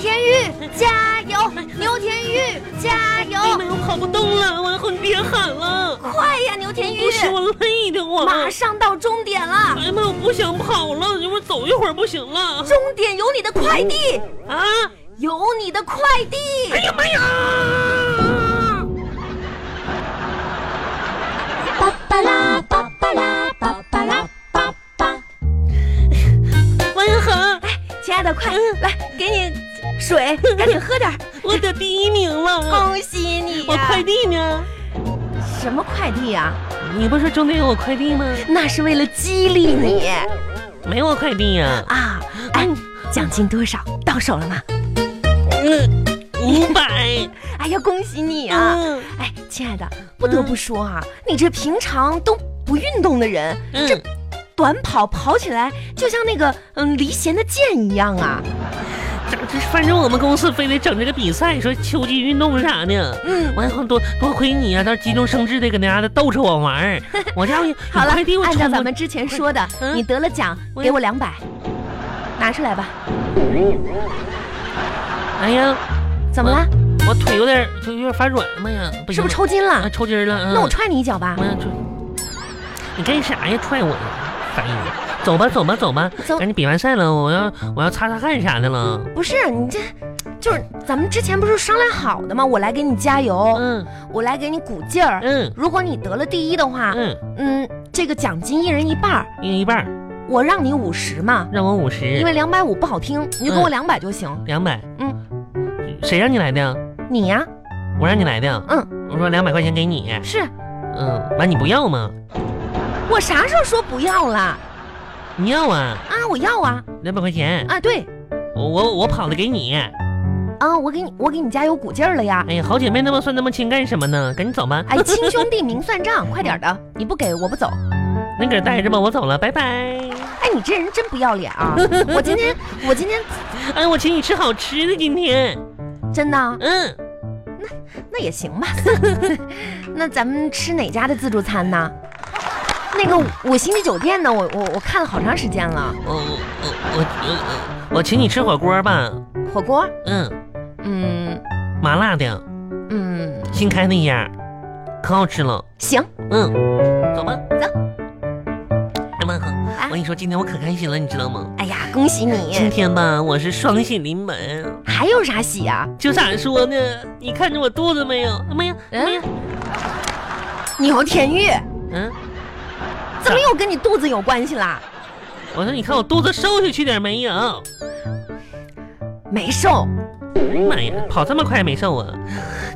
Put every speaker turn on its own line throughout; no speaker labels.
田玉，加油！牛田玉，加
哎呀
油！
妈呀，我跑不动了，王后你别喊了，
快呀，牛田玉！
不行，我累的我。
马上到终点了，
哎呀妈，我不想跑了，一会儿走一会儿不行了
终点有你的快递，
啊！
有你的快递。
哎呀妈呀！
巴巴拉巴巴拉巴巴拉巴巴。
文恒，
亲爱的，快
嗯
来给你水，赶紧喝点儿。
我得第一名了，
恭喜你
嗯我
呀、
快递呢？
什么快递呀、
你不是终点有我快递吗？
那是为了激励你
没我快递呀、
啊！哎，奖金多少？到手了吗？
嗯，五百。
哎呀，恭喜你啊！
嗯，
哎，亲爱的，不得不说啊，你这平常都不运动的人，
嗯
这短跑跑起来就像那个嗯离弦的箭一样啊！
这这反正我们公司非得整这个比赛，说秋季运动啥的。
嗯，
完后多多亏你啊，到急中生智的搁那旮达逗着我玩 儿。我家伙有
好了
快递，我，
按照
冲
咱
过
们之前说的，
嗯
你得了奖，
我
给我两百，拿出来吧。
哎呀，
怎么了？
我腿有点就有点发软了嘛呀，不
是
行
不是
了
抽筋了
啊？抽筋儿了？嗯
那我踹你一脚吧
我。想追，你干啥呀？踹我呀！烦人！走吧，走吧，走吧，
走哦
赶紧比完赛了，我要我要擦擦汗啥的了。
不是你这，就是咱们之前不是商量好的吗？我来给你加油，
嗯
我来给你鼓劲儿。
嗯
如果你得了第一的话，
嗯，
嗯，这个奖金一人一半儿，
一人一半儿，
我让你五十嘛，
让我五十，
因为两百五不好听，你就给
嗯
我两百就行。
两百。
嗯，
谁让你来的呀？
你呀、
我让你来的呀。
嗯，
我说两百块钱给你。
是
嗯，完你不要吗？
我啥时候说不要了
你要啊，
啊？我要啊
两百块钱，
啊！对
我我我跑了给你。
啊，我给你我给你加油鼓劲儿了呀！
哎呀，好姐妹那么算那么亲干什么呢？赶紧走吧。
哎， 亲兄弟明算账，快点儿的，你不给我不走。
你搁这待着吧，我走了，拜拜。
哎，你这人真不要脸啊！我今天我今天
哎，我请你吃好吃的，今天。
真的啊
嗯。
那也行吧。 那咱们吃哪家的自助餐呢？那个五星级酒店呢？我我我看了好长时间了。
我我我我我请你吃火锅吧，
火锅，
嗯，
嗯
麻辣的，
嗯，
新开那家，可好吃了，
行，
嗯，走吧，
走。
哎妈，我跟你说，今天我可开心了，你知道吗？
哎呀，恭喜
今
你！
天吧，我是双喜临门，
还有啥喜啊？
就咋说呢？你看着我肚子没有？哎妈呀，哎妈呀，
牛田玉，
嗯，
怎么又跟你肚子有关系啦？
我说你看我肚子瘦下去点没有？
没瘦，
妈呀，跑这么快没瘦啊？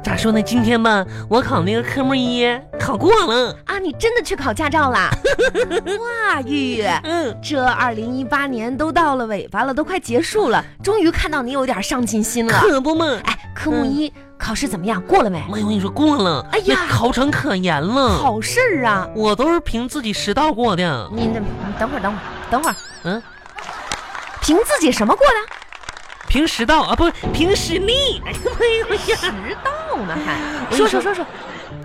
咋说呢？今天吧，我考那个科目一考过了，
啊，你真的去考驾照啦？ 哇，玉玉，
嗯。
这二零一八年都到了尾巴了，都快结束了，终于看到你有点上进心 了。
可不嘛，
哎，科目一考试怎么样？过了没？
妈呀，我跟你说过了，
哎呀
那考场可严了，
好事儿啊！
我都是凭自己实到过的。
你那，你等会儿，等会儿，等会儿，
嗯，
凭自己什么过的？
凭实到啊，不是凭实力。 哎呀妈呀，
迟到呢还？
我跟
说
你说
说说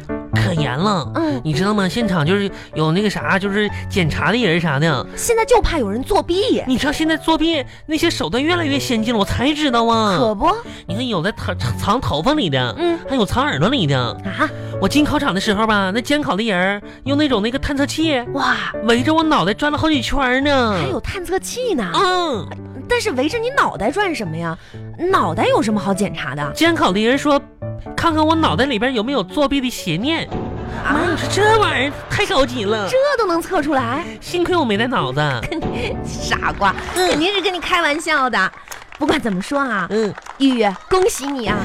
说，
可严了。
嗯，
你知道吗？现场就是有那个啥，就是检查的人啥的。
现在就怕有人作弊，
你知道现在作弊那些手段越来越先进了，我才知道
可
啊。
不？
你看有的藏藏头发里的，
嗯
还有藏耳朵里的。
啊，
我进考场的时候吧，那监考的人用那种那个探测器
哇，
围着我脑袋转了好几圈呢。
还有探测器呢。
嗯。
但是围着你脑袋转什么呀？脑袋有什么好检查的？
监考的人说，看看我脑袋里边有没有作弊的邪念。妈呀，
啊
你，说这玩意儿太高级了，
这都能测出来？
幸亏我没带脑子。
傻瓜，肯定是跟你开玩笑的。嗯不管怎么说啊，
嗯，
玉玉，恭喜你啊！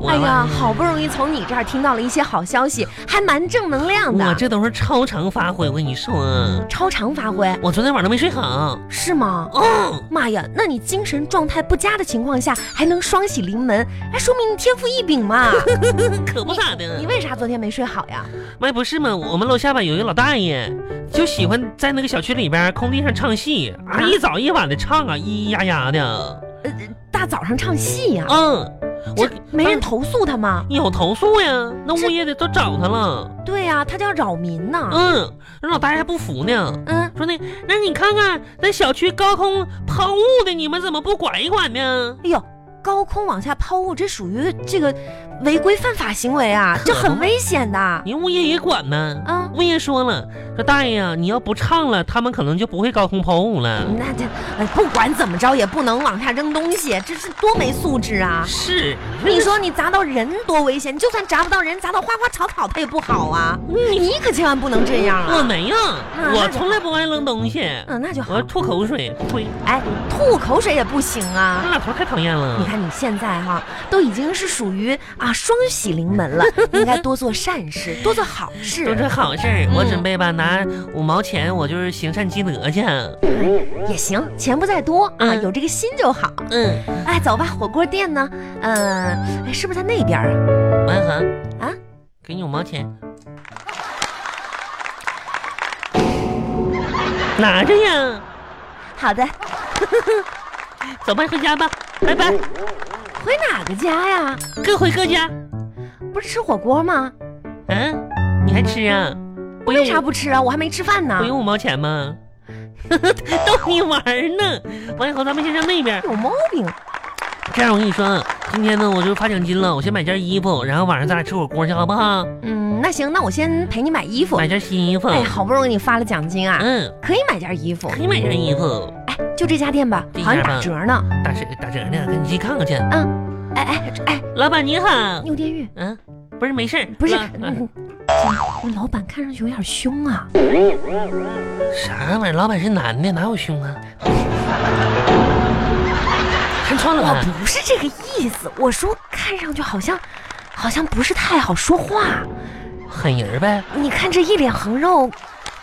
我
哎呀，好不容易从你这儿听到了一些好消息，还蛮正能量
我
的。
这都是超常发挥，我跟你说啊，
超常发挥
我昨天晚上没睡好。
是吗？
哦，
妈呀，那你精神状态不佳的情况下还能双喜临门，还说明你天赋异禀 嘛？
可不咋的
你。为啥昨天没睡好呀？
妈不是嘛，我们楼下吧有一个老大爷，就喜欢在那个小区里边空地上唱戏，啊，一早一晚的唱啊，咿咿呀呀的。
大早上唱戏呀、
嗯，我
这没人投诉他吗？
有投诉呀，那物业的都找他了。
对呀、他叫扰民呢。
嗯，那老大爷还不服呢。
嗯，
说那那你看看那小区高空抛物的，你们怎么不管一管呢？
哎呦，高空往下抛物，这属于这个违规犯法行为啊，这很危险的
人物业也管呢。
啊。
物业说了，说大爷呀、啊你要不唱了，他们可能就不会高空抛物了。
那这哎，不管怎么着也不能往下扔东西，这是多没素质啊！
是，
你说你砸到人多危险，你就算砸不到人，砸到花花草草它也不好啊！你可千万不能这样
我
啊！
没有，
那
我从来不爱扔东西，
嗯，那就
我
好。
吐口水，呸，
哎，吐口水也不行啊！
那老头太讨厌
你
了。
看你现在哈，都已经是属于啊双喜临门 了，应该多做善事，多做好
都
事
是好事儿，我
嗯
准备吧，拿五毛钱，我就是行善积德去。
嗯也行，钱不在多啊，
嗯
有这个心就好。
嗯，
哎，走吧，火锅店呢，呃，哎，是不是在那边啊？
王恒
啊，
给你五毛钱，拿着呀，
好的，
走吧，回家吧，拜拜，
哦回哪个家呀？
各回各家。
不是吃火锅吗？
嗯，你还吃啊？不用
为啥不吃啊？我还没吃饭呢
不。用五毛钱吗？ 逗你玩儿呢。完以后咱们先上那边。
有毛病，
这样我跟你说啊，今天呢我就发奖金了，我先买件衣服，然后晚上咱俩吃火锅去，好不好？
嗯，那行，那我先陪你买衣服。
买件新衣服。
哎，好不容易你发了奖金啊，
嗯，
可以买件衣服
可。以买件衣服，
哎，就这家店吧，
这
好像
家吧
打折呢。
打折打折呢，赶紧去看看去。
哎哎哎，
老板你好，
牛电玉，
嗯，不是没事儿，
不是，
老嗯
嗯那老板看上去有点凶啊。
啥玩意儿？老板是男的，哪有胸啊？看穿了
我
吧？
不是这个意思，我说看上去好像，好像不是太好说话。
狠人儿呗。
你看这一脸横肉，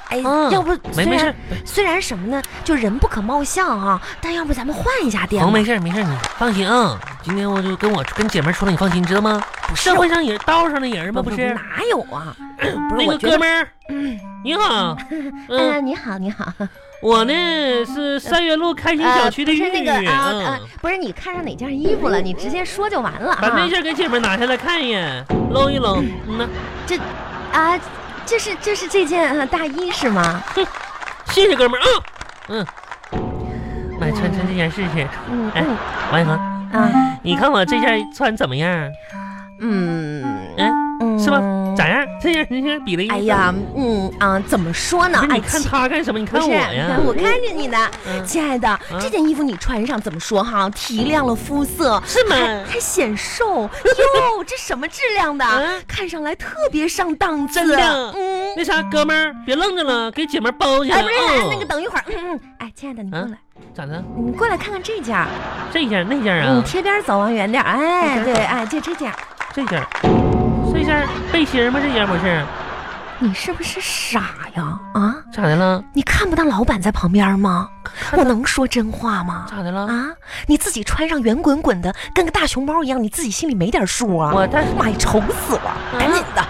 哎，
嗯
要不
没
虽
没事
然
儿，
虽然什么呢，就人不可貌相啊，但要不咱们换一家店
好，
吧？
没事儿没事儿，你放心啊。今天我就跟我跟姐们儿说了，你放心，知道吗？
不是
社会上也道上的人吗？
不
不是，
哪有啊？不是
那
我
个
觉
哥
得，
们儿，你 好，嗯、
啊，你好，你好，
我呢是三元路开心小
嗯呃，
区
不
的玉
是
玉，
那个啊
嗯
啊，不是你看上哪件衣服了，你直接说就完了
把那
啊。
件给姐们儿拿下来看一眼，搂一搂，嗯呐，
啊，这是这是这件啊大衣是吗？
谢谢哥们儿啊，嗯，买穿穿这件试试，
嗯
哎
嗯
王一恒，
啊
你看我这件穿怎么样？
嗯
嗯，
嗯
是吧？咋样？这件你看比了一，
哎，呀，嗯啊、怎么说呢？
不是
哎，
你看
其
他干什么？你
不
看
是，啊
我
你
呀
看，我看着你呢，
嗯
亲爱的，这件衣服你穿上怎么说哈？提亮了肤色，
是吗？
还还显瘦。哟，这什么质量的？
嗯
看上来特别上档次。
真的
嗯，
那啥，哥们儿，别愣着了，给姐们儿包去。
哎，不是，哎
嗯
那个，等一会儿，嗯嗯，哎，亲爱的，你过
嗯
来，
咋的？
你过来看看这件儿，
这件儿那件儿
你
啊，
贴边儿走，往远点儿。哎，
这
对，
件儿
哎，就这件儿。
这件儿，这件儿背心儿吗？这件儿不是？
你是不是傻呀？啊，
咋的了？
你看不到老板在旁边吗？我能说真话吗？
咋的了？
啊，你自己穿上圆滚滚的，跟个大熊猫一样，你自己心里没点数啊？
我啊哎但是
妈呀，丑死了！赶紧的，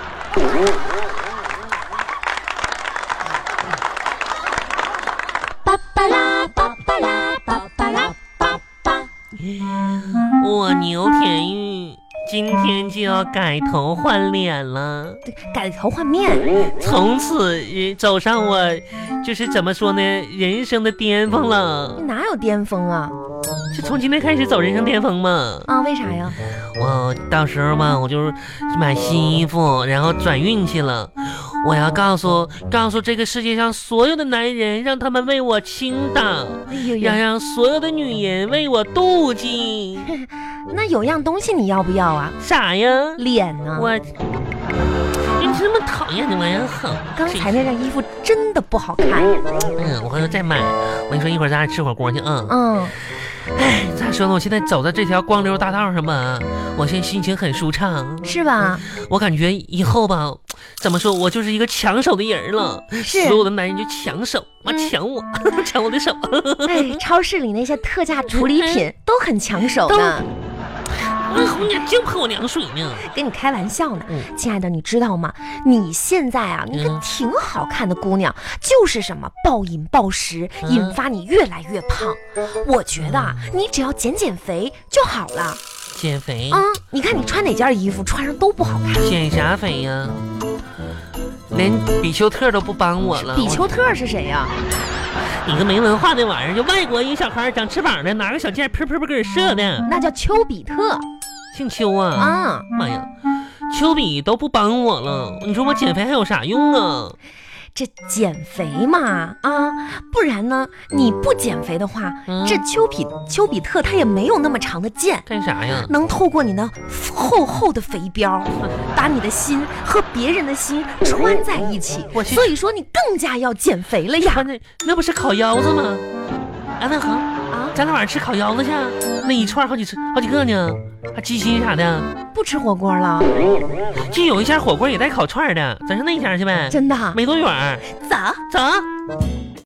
巴巴拉巴巴拉巴巴拉巴巴。
我牛田玉今天就要改头换脸了，
对改头换面，
从此呃走上我就是怎么说呢，人生的巅峰了
你。哪有巅峰啊？
就从今天开始走人生巅峰嘛。
啊，为啥呀？
我到时候嘛，我就是买新衣服，然后转运气了。我要告诉告诉这个世界上所有的男人，让他们为我倾倒，
哎呦
要
呦，
让所有的女人为我 妒忌。
那有样东西你要不要啊？
啥呀？
脸呢？
我，你这么讨厌的玩意儿好。
刚才那件衣服真的不好看。
嗯，我回头再买。我跟你说，一会儿咱俩吃火锅去啊。
嗯，
咋说呢？我现在走在这条光溜大道上吧，我现在心情很舒畅。
是吧？
我感觉以后吧，怎么说，我就是一个抢手的人了。
是
所。有的男人就抢手，妈
嗯
抢我， 抢我的手。
哎，超市里那些特价处理品都很抢手呢，
嗯都那红娘哎净泼我凉水呢。
跟你开玩笑呢。
嗯
亲爱的，你知道吗？你现在啊，那个
嗯
挺好看的姑娘，就是什么暴饮暴食，
嗯
引发你越来越胖。我觉得啊，你只要减减肥就好了啊、
减肥，
你看你穿哪件衣服，穿上都不好看。
减啥肥呀？连比丘特都不帮我了。
比丘特是谁呀、
我，你个没文化那玩意儿，就外国一小孩长翅膀的，拿个小箭噗噗噗给射的，
那叫丘比特
姓丘啊！
嗯啊、
妈呀，丘比都不帮我了，你说我减肥还有啥用啊？
这减肥嘛，啊，不然呢，你不减肥的话，
嗯
这丘比丘比特他也没有那么长的剑，
干啥呀？
能透过你那厚厚的肥膘，把你的心和别人的心穿在一起
我。去
所以说你更加要减肥了哎呀
穿！的那不是烤腰子吗？哎，那恒，
啊，
咱俩晚上吃烤腰子去，啊那一串好几吃好几个呢，还鸡心啥的。
不吃火锅了，
就有一家火锅也带烤串的，咱上那家去呗，
真的啊。
没多远儿。
走。
走。